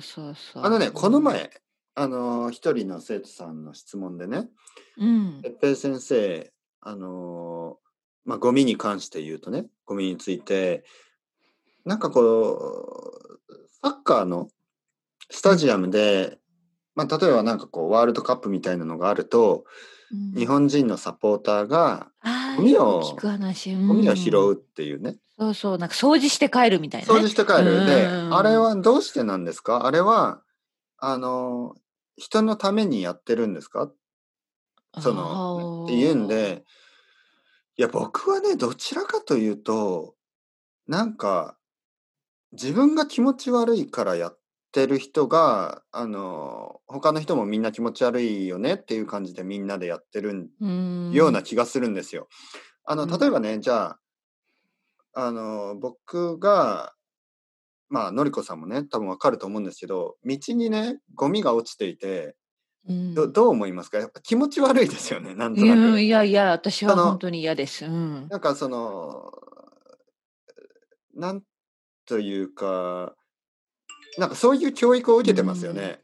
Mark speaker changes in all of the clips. Speaker 1: そうそう。
Speaker 2: あのね、この。前、あのー、一人の生徒さんの質問でね、
Speaker 1: うん。
Speaker 2: 哲平先生、あのーまあ、ゴミに関して言うとね、ゴミについて、なんかこう、サッカーのスタジアムで、まあ、例えばなんかこう、ワールドカップみたいなのがあると、
Speaker 1: うん
Speaker 2: 日。本人のサポーターが
Speaker 1: ああ、
Speaker 2: ゴミを
Speaker 1: よく聞く話。
Speaker 2: ゴ
Speaker 1: ゴ
Speaker 2: ミを拾うっていうね、
Speaker 1: そうそう、なんか掃除して帰るみたいな、
Speaker 2: 掃
Speaker 1: ね。
Speaker 2: 除して帰る。で、
Speaker 1: うん
Speaker 2: あれはどうしてなんですかあれは、あのー人のためにやってるんですかそ
Speaker 1: あー
Speaker 2: のって言うんでいや僕はねどちらかというとなんか自分が気持ち悪いからやってる人があの他の人もみんな気持ち悪いよねっていう感じでみんなでやってるん
Speaker 1: うん
Speaker 2: ような気がするんですよ。あの
Speaker 1: うん
Speaker 2: 例えばねじゃああの僕がまあのりこさんもね多分わかると思うんですけど道にねゴミが落ちていて
Speaker 1: うん
Speaker 2: どどう思いますかやっぱ気持ち悪いですよねなんと
Speaker 1: い
Speaker 2: なく。
Speaker 1: やいやいや、私は
Speaker 2: その
Speaker 1: 本当に嫌です。うん。
Speaker 2: なんかそのなんというかなんかそういう教育を受けてますよね。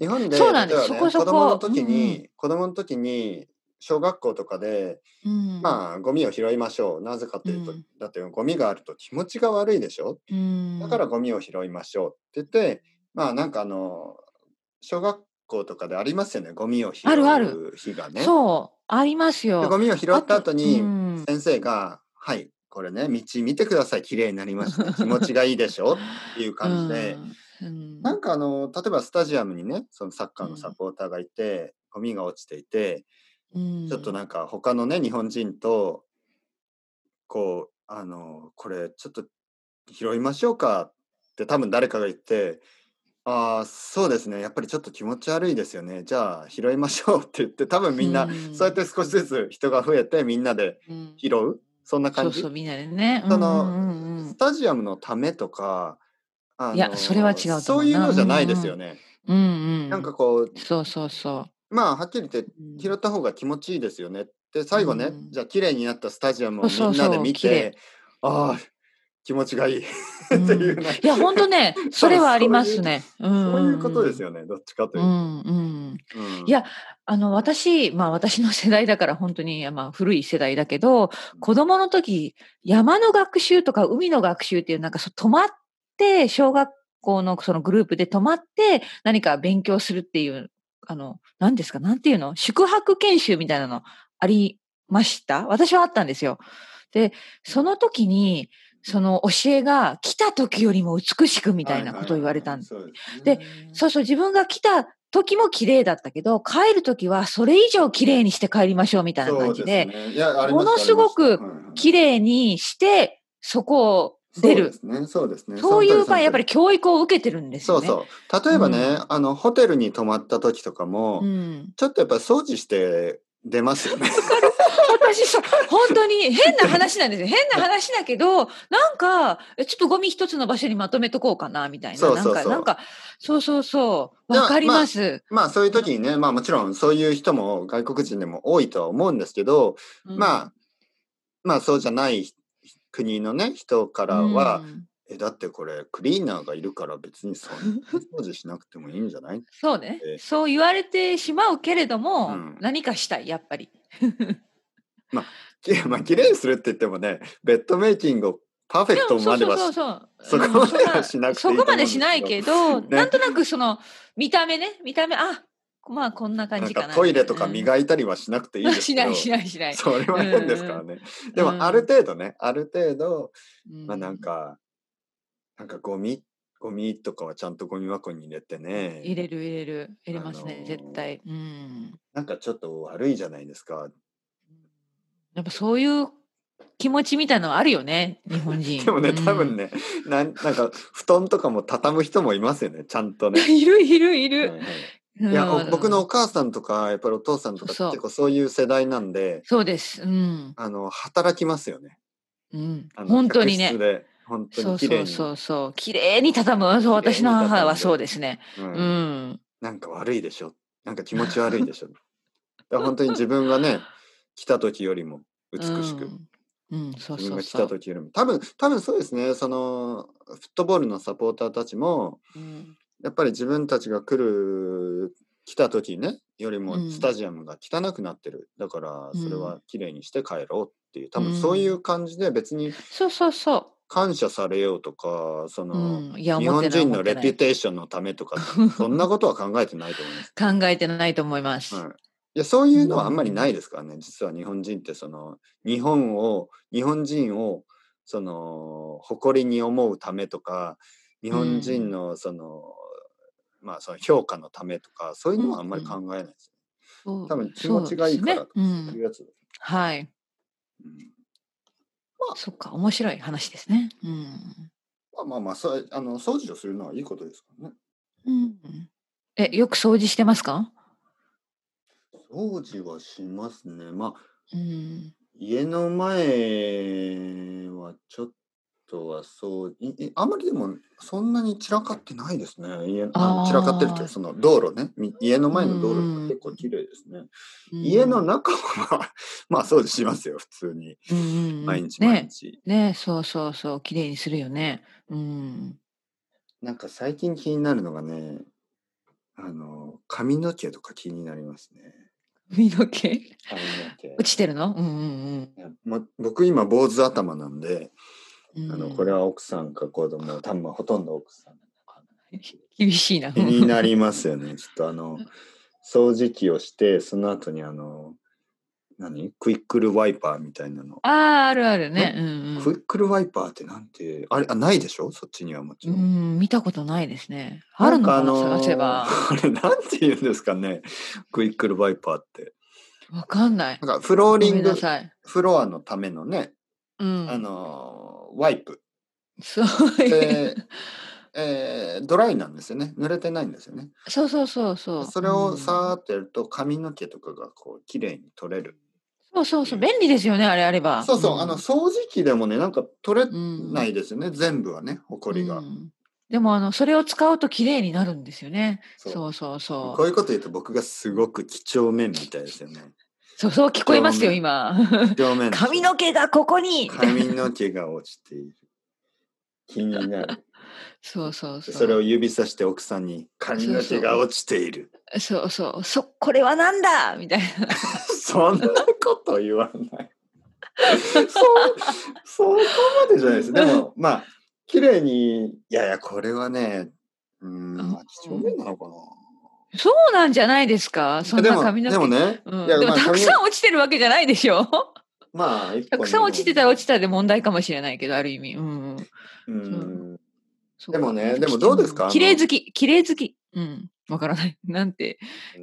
Speaker 2: 日本で
Speaker 1: そうなんです
Speaker 2: 例えば
Speaker 1: そこそこ
Speaker 2: 子供の時に、
Speaker 1: うん
Speaker 2: 子供の時に小学校とかで、
Speaker 1: うん、
Speaker 2: まあゴミを拾いましょうなぜかというと、
Speaker 1: うん
Speaker 2: だってゴミがあると気持ちが悪いでしょ
Speaker 1: うん、
Speaker 2: だからゴミを拾いましょうって言って、まあなんかあの小学校とかでありますよねゴミを拾
Speaker 1: あるある
Speaker 2: う日がね。
Speaker 1: そう、あります
Speaker 2: でゴ
Speaker 1: よ。
Speaker 2: ミを拾った
Speaker 1: あと
Speaker 2: 後に
Speaker 1: うん
Speaker 2: 先生が「はいこれね道見てください綺麗になりましたね気持ちがいいでしょ」っていう感じで、
Speaker 1: うん、
Speaker 2: なん
Speaker 1: か、
Speaker 2: かあの例えばスタジアムにねそのサッカーのサポーターがいて、ゴミが落ちていて
Speaker 1: うん、
Speaker 2: ちょっとなんか他のね日本人とこうあのこれちょっと拾いましょうかって多分誰かが言って。ああそうですねやっぱりちょっと気持ち悪いですよねじゃあ拾いましょうって言って多分みんな、
Speaker 1: うん
Speaker 2: そうやって少しずつ人が増えてみんなで
Speaker 1: うん、
Speaker 2: 拾うそんな
Speaker 1: そ
Speaker 2: 感
Speaker 1: う
Speaker 2: じ
Speaker 1: そう、みんなでね。
Speaker 2: その
Speaker 1: うんうんうん
Speaker 2: スタジアムのためとかあの
Speaker 1: いやそれは違うと思うな
Speaker 2: そういうのじゃないですよね、
Speaker 1: うんうん、
Speaker 2: なんかこ
Speaker 1: そうそうそう
Speaker 2: まあはっきり言って
Speaker 1: う。
Speaker 2: 拾った方が気持ちいいですよねって最後ね、
Speaker 1: うん
Speaker 2: じゃあ綺麗になったスタジアムを
Speaker 1: そうそう
Speaker 2: みんなで見
Speaker 1: 綺麗
Speaker 2: てああ気持ちがいい って
Speaker 1: うん
Speaker 2: いうね、
Speaker 1: いや、本当 ね、それはありますね。
Speaker 2: そういうことです
Speaker 1: よ。
Speaker 2: よねどっちかといううと、
Speaker 1: んうん、
Speaker 2: うん
Speaker 1: いやあの私、まあ、私の世代だから本当に、まあ、古い世代だけど子供の時山の学習とか海の学習っていうなんかそ泊まって小学校のそのグループで泊まって何か勉強するっていうあの何ですか何ていうの宿泊研修みたいなのありました私はあったんですよ。でその時にその教えが来た時よりも美しくみたいなことを言われたんです
Speaker 2: はいはいはい
Speaker 1: で
Speaker 2: そうですね
Speaker 1: そうそう、自分が来た時も綺麗だったけど、帰る時はそれ以上綺麗にして帰りましょうみたいな感じで、
Speaker 2: そうすねいやありま
Speaker 1: ものすごく
Speaker 2: ありましたはいはい
Speaker 1: 綺麗にして、そこを出る。
Speaker 2: そうですねそうですね
Speaker 1: そういう場合、やっ
Speaker 2: り
Speaker 1: ぱり教育を受けてるんです
Speaker 2: そ
Speaker 1: よ
Speaker 2: う
Speaker 1: ね。
Speaker 2: そう。例えばね、
Speaker 1: うん
Speaker 2: あの、ホテルに泊まった時とかも、
Speaker 1: うん、
Speaker 2: ちょっとやっぱ掃除して出ますよね。
Speaker 1: 私そう本当に変な話なんですよ変な話だけどなんかえちょっとゴミ一つの場所にまとめとこうかなみたいな
Speaker 2: そうそうそう
Speaker 1: なんかなんかそうそうそう
Speaker 2: じゃあ
Speaker 1: わかります、
Speaker 2: まあそういう時にね、まあもちろんそういう人も外国人でも多いとは思うんですけど、
Speaker 1: うん
Speaker 2: まあ、まあそうじゃない国のね、人からは、
Speaker 1: うん
Speaker 2: え、だってこれクリーナーがいるから別にそんな掃除しなくてもいいんじゃない
Speaker 1: そうね
Speaker 2: えー
Speaker 1: そう言われてしまうけれども、
Speaker 2: うん
Speaker 1: 何かしたいやっぱり
Speaker 2: いやまあ綺麗にするって言ってもね、ベッドメイキングをパーフェクトまでは
Speaker 1: そう
Speaker 2: し
Speaker 1: そうそ
Speaker 2: そ
Speaker 1: うそう
Speaker 2: こまでは
Speaker 1: うん
Speaker 2: しなくてい
Speaker 1: そ
Speaker 2: いと思うんですけど
Speaker 1: こまでしないけど、
Speaker 2: ね
Speaker 1: なんとなくその見た目ね見た目あまあこんな感
Speaker 2: なん
Speaker 1: じかな
Speaker 2: かトイレとか
Speaker 1: い
Speaker 2: 磨いたりはしなくていい
Speaker 1: て、うん
Speaker 2: です
Speaker 1: し
Speaker 2: けど、
Speaker 1: ないしないしない、
Speaker 2: それは変ですからね。で
Speaker 1: うん
Speaker 2: もある程度ね、ある程度、
Speaker 1: う
Speaker 2: まあなんか、なんかゴミ、ゴミとかはちゃんとゴミ箱に入れて
Speaker 1: 入
Speaker 2: ね、
Speaker 1: れる入れる入れますね、
Speaker 2: あのー
Speaker 1: 絶対うん
Speaker 2: なんかちょっと悪いじゃないですか。
Speaker 1: やっぱそういう気持ちみたいなのはあるよね日本人
Speaker 2: でもね、
Speaker 1: うん
Speaker 2: 多分ね、なんなんか布団とかも畳む人もいますよね、ちゃんとね。
Speaker 1: いるいるい
Speaker 2: はい
Speaker 1: る、
Speaker 2: はい
Speaker 1: うん
Speaker 2: いや、お僕のお母さんとか、やっぱりお父さんと
Speaker 1: そう
Speaker 2: か
Speaker 1: そう
Speaker 2: 結構そういう世代なんで、
Speaker 1: そうですうん
Speaker 2: あの、働きますよね。
Speaker 1: うん
Speaker 2: あの
Speaker 1: 本当に
Speaker 2: 客
Speaker 1: ね
Speaker 2: 室で本当
Speaker 1: そ
Speaker 2: に
Speaker 1: う
Speaker 2: 綺
Speaker 1: そ
Speaker 2: 麗
Speaker 1: う
Speaker 2: に。
Speaker 1: そうそう綺麗に畳むそう
Speaker 2: 綺麗に畳
Speaker 1: 私
Speaker 2: んで
Speaker 1: の母はそうですね
Speaker 2: うん
Speaker 1: うん
Speaker 2: なんか悪いでしょなんか気持ち悪いで しょだから本当に自分がね来た時よりも美しく、
Speaker 1: うん。うん、そうそ
Speaker 2: 自分
Speaker 1: う
Speaker 2: が来
Speaker 1: そ
Speaker 2: た
Speaker 1: う。
Speaker 2: 時よりも多分多分そうですねそのフットボールのサポーターたちも
Speaker 1: うん
Speaker 2: やっぱり自分たちが来る、来た時ね、より
Speaker 1: う
Speaker 2: も
Speaker 1: ん
Speaker 2: スタジアムが汚くなってる。だから、それ
Speaker 1: う
Speaker 2: は綺麗にして帰ろうっていう、多分そういう感じで別に
Speaker 1: そうそうそ
Speaker 2: 感謝されようとか、その、
Speaker 1: う。うん。いや、
Speaker 2: 日
Speaker 1: 思って
Speaker 2: 本
Speaker 1: ない。
Speaker 2: 人
Speaker 1: 思
Speaker 2: の
Speaker 1: って
Speaker 2: レ
Speaker 1: な
Speaker 2: ピュ
Speaker 1: い。
Speaker 2: テーションのため とか、そんなことは考えてないと思います。
Speaker 1: 考えてないと思います。
Speaker 2: はい、いやそういうのはあんまりないですからね、実は日本人ってその日本を日本人をその誇りに思うためとか日本人のその、まあその評価のためとかそういうのはあんまり考えないです、
Speaker 1: そう
Speaker 2: 多分気持ちがいいから
Speaker 1: そうです
Speaker 2: そう
Speaker 1: ね
Speaker 2: いううやつ、
Speaker 1: ん、はい。
Speaker 2: うん
Speaker 1: そっか、面白い話ですね。うん。
Speaker 2: まあまあまあそうあの掃除をするのはいいことですからね
Speaker 1: うん、え、よく掃除してますか
Speaker 2: 掃除はしますねまあ
Speaker 1: うん。
Speaker 2: 家の前はちょっとはそういいあんまりでもそんなに散らかってないですね家あ
Speaker 1: あー
Speaker 2: の散らかってるっていうかその道路ねみ家の前の道
Speaker 1: うん
Speaker 2: 路
Speaker 1: うん
Speaker 2: が結構綺麗ですね、家の中は まあ掃除しますよ普通に
Speaker 1: うんうんうん
Speaker 2: 毎日毎
Speaker 1: ね
Speaker 2: 日、
Speaker 1: ねそうそうそう、綺麗にするよね。うん。
Speaker 2: なんか最近気になるのがねあの髪の毛とか気になりますね
Speaker 1: 髪の毛
Speaker 2: 髪の毛
Speaker 1: 落ちてるのうんうん
Speaker 2: いやま、僕今坊主頭なんで、
Speaker 1: うん。
Speaker 2: あのこれ
Speaker 1: は。
Speaker 2: は奥さんか子供多分ほとんど奥さん
Speaker 1: 厳しいな。
Speaker 2: 気になりますよね。ちょっとあの、掃除機をして、その後にあの、何クイックルワイパーみたいなの。
Speaker 1: ああ、あるあるね。うんうん
Speaker 2: クイックルワイパーってなんて、あれ、あないでしょそっちにはもち
Speaker 1: う
Speaker 2: ろん。
Speaker 1: ん、見たことないですね。あるのかな、
Speaker 2: んかあの
Speaker 1: 探せば。
Speaker 2: あれ、なんて言うんですかねクイックルワイパーって。
Speaker 1: わかんない。
Speaker 2: なんか、フロー
Speaker 1: ご
Speaker 2: リ
Speaker 1: め
Speaker 2: ン
Speaker 1: んな
Speaker 2: グ、
Speaker 1: さい。
Speaker 2: フロアのためのね、
Speaker 1: うん。
Speaker 2: あの、ワイプ。
Speaker 1: そういう
Speaker 2: で、えードライなんですよね。濡れてないんですよね。
Speaker 1: そうそうそうそう。
Speaker 2: それをさー
Speaker 1: うん
Speaker 2: ってやると、髪の毛とかがこう、綺麗に取れる。
Speaker 1: そうそうそう。便利ですよね、あれあれば。
Speaker 2: そうそう、あの掃除機でもね、なんか取れ
Speaker 1: うん
Speaker 2: ないですよね、全部はね、ほこりが。
Speaker 1: うんでもあのそれを使うと綺麗になるんですよね。
Speaker 2: そう
Speaker 1: そうそうそ
Speaker 2: こう
Speaker 1: う。
Speaker 2: いうこと言うと僕がすごく几帳面みたいで すよね。
Speaker 1: そうそう聞こえますよ
Speaker 2: 表
Speaker 1: 今。
Speaker 2: 几帳面ですよ。
Speaker 1: 髪の毛がここに。
Speaker 2: 髪の毛が落ちている。気になる。
Speaker 1: そう そうそう。
Speaker 2: それを指さして奥さんに、髪の毛が落ちて いる。
Speaker 1: そうそうそこれはなんだみたいな。
Speaker 2: そんなこと言わない。そう、そこまでじゃないです。でも、まあ、綺麗に、いやいや、これはね、うん、まあ几帳面なのかな。
Speaker 1: そうなんじゃないですか。そん
Speaker 2: で
Speaker 1: な
Speaker 2: も
Speaker 1: 髪の毛。
Speaker 2: でもね、
Speaker 1: うん、
Speaker 2: いや
Speaker 1: でも
Speaker 2: まあ
Speaker 1: たくさん落ちてるわけじゃないでしょ
Speaker 2: まあ、一
Speaker 1: た
Speaker 2: 本
Speaker 1: くさん落ちてたら落ち
Speaker 2: ち
Speaker 1: たらで問題かもしれないけどある意味、うんうん、
Speaker 2: うん。
Speaker 1: そう
Speaker 2: でもね
Speaker 1: か
Speaker 2: でもどうですかあの
Speaker 1: 綺麗好き綺麗好きうんわからない なんて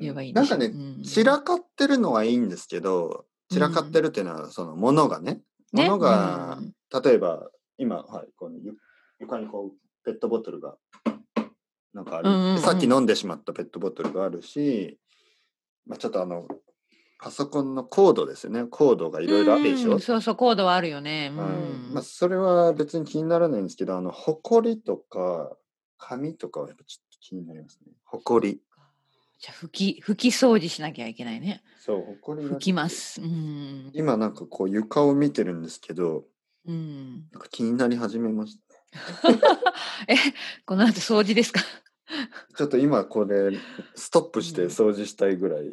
Speaker 1: 言えばいい
Speaker 2: なん
Speaker 1: でしょ
Speaker 2: か
Speaker 1: う
Speaker 2: ね、
Speaker 1: うん
Speaker 2: 散らかってるのはいいんですけど、散らかってるっていうのは、そのものがね、ものが
Speaker 1: う、ん
Speaker 2: 例えば、今、はい、このゆ床にこう、ペットボトルが、なんかある、
Speaker 1: うんうんうん
Speaker 2: さっき飲んでしまったペットボトルがあるし、まあ、ちょっとあの、パソコンのコードですよね、コードがいろいろあるでし
Speaker 1: う
Speaker 2: ょ、
Speaker 1: んそうそう、コードはあるよね。う
Speaker 2: うん
Speaker 1: ん。
Speaker 2: まあ、それは別に気にならないんですけど、あの、ほこりとか、紙とかはやっぱちょっと気になりますね。ほこり。
Speaker 1: じゃあ拭き、拭き掃除しなきゃいけないね。
Speaker 2: そう、ほこりが
Speaker 1: 拭きます。うん。
Speaker 2: 今なんかこう床を見てるんですけど、
Speaker 1: うん、
Speaker 2: なんか気になり始めました。
Speaker 1: え、この後掃除ですか
Speaker 2: ちょっと今これ、ストップして
Speaker 1: うん
Speaker 2: 掃除したいぐらい。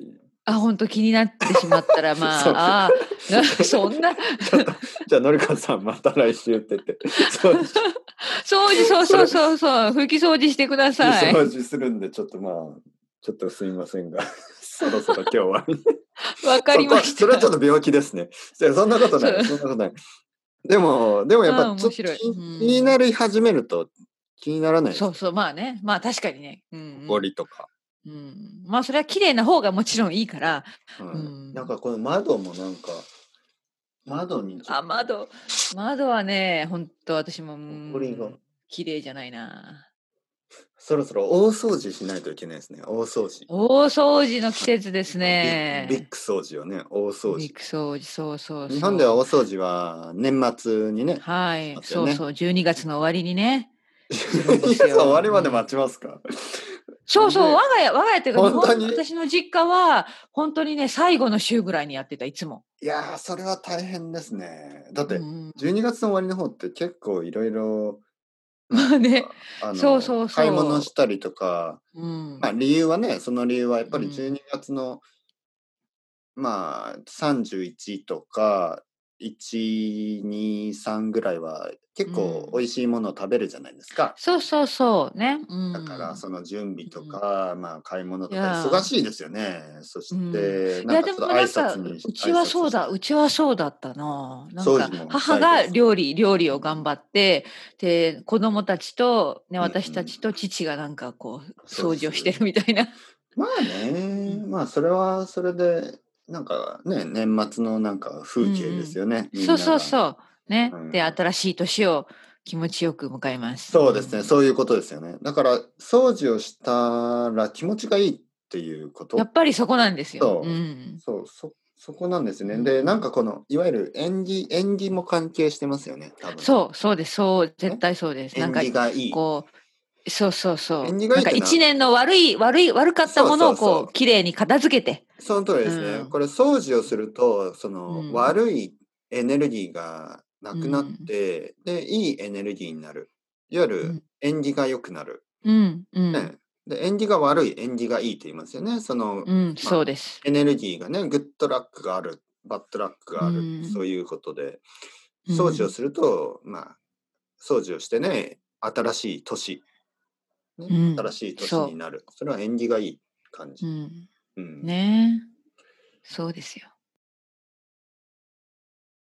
Speaker 1: あ、本当気になってしまった ら、ま
Speaker 2: そう
Speaker 1: あ、あ ーなそんな、
Speaker 2: ちょっと、じゃあ、のりかさんまた来週って言って、 掃除し
Speaker 1: 掃除、そうそうそうそう、拭き掃除してください。
Speaker 2: 掃除するんで、ちょっとまあ、ちょっとすいません が、そろそろ今日は。
Speaker 1: わかりまし
Speaker 2: そこそれはちょ
Speaker 1: た。
Speaker 2: っと病気ですね。いやそんなことない。そんなことない。でも、でもやっ
Speaker 1: あ
Speaker 2: ぱ
Speaker 1: あ
Speaker 2: ちょっと
Speaker 1: 面白い
Speaker 2: 気
Speaker 1: うん
Speaker 2: 気になり始めると気にならないです
Speaker 1: そ
Speaker 2: か。
Speaker 1: うそう、まあね。まあ確かにね。うんうん、
Speaker 2: ゴリとか。
Speaker 1: うん。まあそれは綺麗な方がもちろんいいから。
Speaker 2: うん
Speaker 1: うん
Speaker 2: なんかこの窓もなんか、窓にちょっと
Speaker 1: あ、窓、窓はね、本当私も、うん
Speaker 2: ほこりが
Speaker 1: 綺麗じゃないな。
Speaker 2: そろそろ大掃除しないといけないですね。大掃除。
Speaker 1: 大掃除の季節ですね。
Speaker 2: ビッビッグ掃除をね、大掃
Speaker 1: ビッ。
Speaker 2: 除
Speaker 1: グ掃除、そうそうそう。
Speaker 2: 日本では大掃除は年末にね。
Speaker 1: はい、
Speaker 2: ます
Speaker 1: そ
Speaker 2: よ
Speaker 1: う
Speaker 2: ね
Speaker 1: そう、12月の終わりにね。うで
Speaker 2: 皆
Speaker 1: す
Speaker 2: さ
Speaker 1: よ
Speaker 2: ん 終わりまで待ちますか
Speaker 1: そうそう、
Speaker 2: ね
Speaker 1: 我が家、我が家っていうか、日
Speaker 2: 本当
Speaker 1: 本
Speaker 2: に
Speaker 1: 私の実家は、本当にね、最後の週ぐらいにやってた、いつも。
Speaker 2: いやー、それは大変ですね。だって
Speaker 1: う、ん
Speaker 2: 12月の終わりの方って結構いろいろなん
Speaker 1: まあね
Speaker 2: かあの
Speaker 1: そうそうそう
Speaker 2: 買い物したりとか、
Speaker 1: うん
Speaker 2: まあ、理由はねその理由はやっぱり
Speaker 1: うん
Speaker 2: 12月の、まあ31とか123ぐらいは結構
Speaker 1: うん
Speaker 2: 美味しいものを食べるじゃないですか、
Speaker 1: そうそうそうね。うん、
Speaker 2: だからその準備とか、まあ、買い物とか
Speaker 1: いや
Speaker 2: 忙しいですよねそして、
Speaker 1: い
Speaker 2: な
Speaker 1: や
Speaker 2: んか
Speaker 1: で
Speaker 2: ちょっと
Speaker 1: も
Speaker 2: 挨
Speaker 1: なんか
Speaker 2: 拶に
Speaker 1: ううちはそうだうちはそうだったななん
Speaker 2: そう
Speaker 1: か
Speaker 2: ですもん
Speaker 1: 母
Speaker 2: 最
Speaker 1: が
Speaker 2: 後です
Speaker 1: 料理料理を頑張ってで子供たちと、ね、
Speaker 2: うんうん
Speaker 1: 私たちと父がなんかこう
Speaker 2: そ
Speaker 1: 掃
Speaker 2: うです
Speaker 1: 除をしてるみたいな
Speaker 2: まあね、まあそれはそれで、なんかね、年末のなんか風景ですよね。みんな
Speaker 1: そう
Speaker 2: が
Speaker 1: そうそうね、
Speaker 2: うん
Speaker 1: で新しい年を気持ちよく迎えます
Speaker 2: そうですね、そういうことですよね。だから、掃除をしたら気持ちがいいっていうこと。
Speaker 1: やっぱりそこなんですよ
Speaker 2: そう
Speaker 1: うん
Speaker 2: そう、そ、そこなんですね。
Speaker 1: うん
Speaker 2: で、なんかこの、いわゆる縁起、縁起も関係してますよね、多分。う。
Speaker 1: そうそうですそう絶対そうですなん
Speaker 2: 縁
Speaker 1: か
Speaker 2: 起がいい。
Speaker 1: こうそうそうそう
Speaker 2: 縁起がい
Speaker 1: ない
Speaker 2: っ
Speaker 1: ん
Speaker 2: て
Speaker 1: か
Speaker 2: な
Speaker 1: 一年の悪い悪い悪かったものを
Speaker 2: そうそうそ
Speaker 1: こ
Speaker 2: う
Speaker 1: う綺麗に片付けて
Speaker 2: その通りですね。
Speaker 1: うん
Speaker 2: これ、掃除をすると、その、
Speaker 1: うん
Speaker 2: 悪いエネルギーがなくなって、で、いいエネルギーになる。いわゆ
Speaker 1: う
Speaker 2: る
Speaker 1: ん、
Speaker 2: 縁起が良くなる。
Speaker 1: うんうん、
Speaker 2: ね、で縁起が悪い縁起がいいって言いますよねその、
Speaker 1: うん、そうです。
Speaker 2: エネルギーがねグッドラックがあるバッドラックがある、
Speaker 1: うん
Speaker 2: そういうことで
Speaker 1: うん
Speaker 2: 掃除をすると、まあ掃除をしてね新しい年、ね
Speaker 1: うん
Speaker 2: 新しい年
Speaker 1: そう
Speaker 2: になるそれは縁起がいい感じ
Speaker 1: う、ん、
Speaker 2: うん
Speaker 1: ねえそうですよ。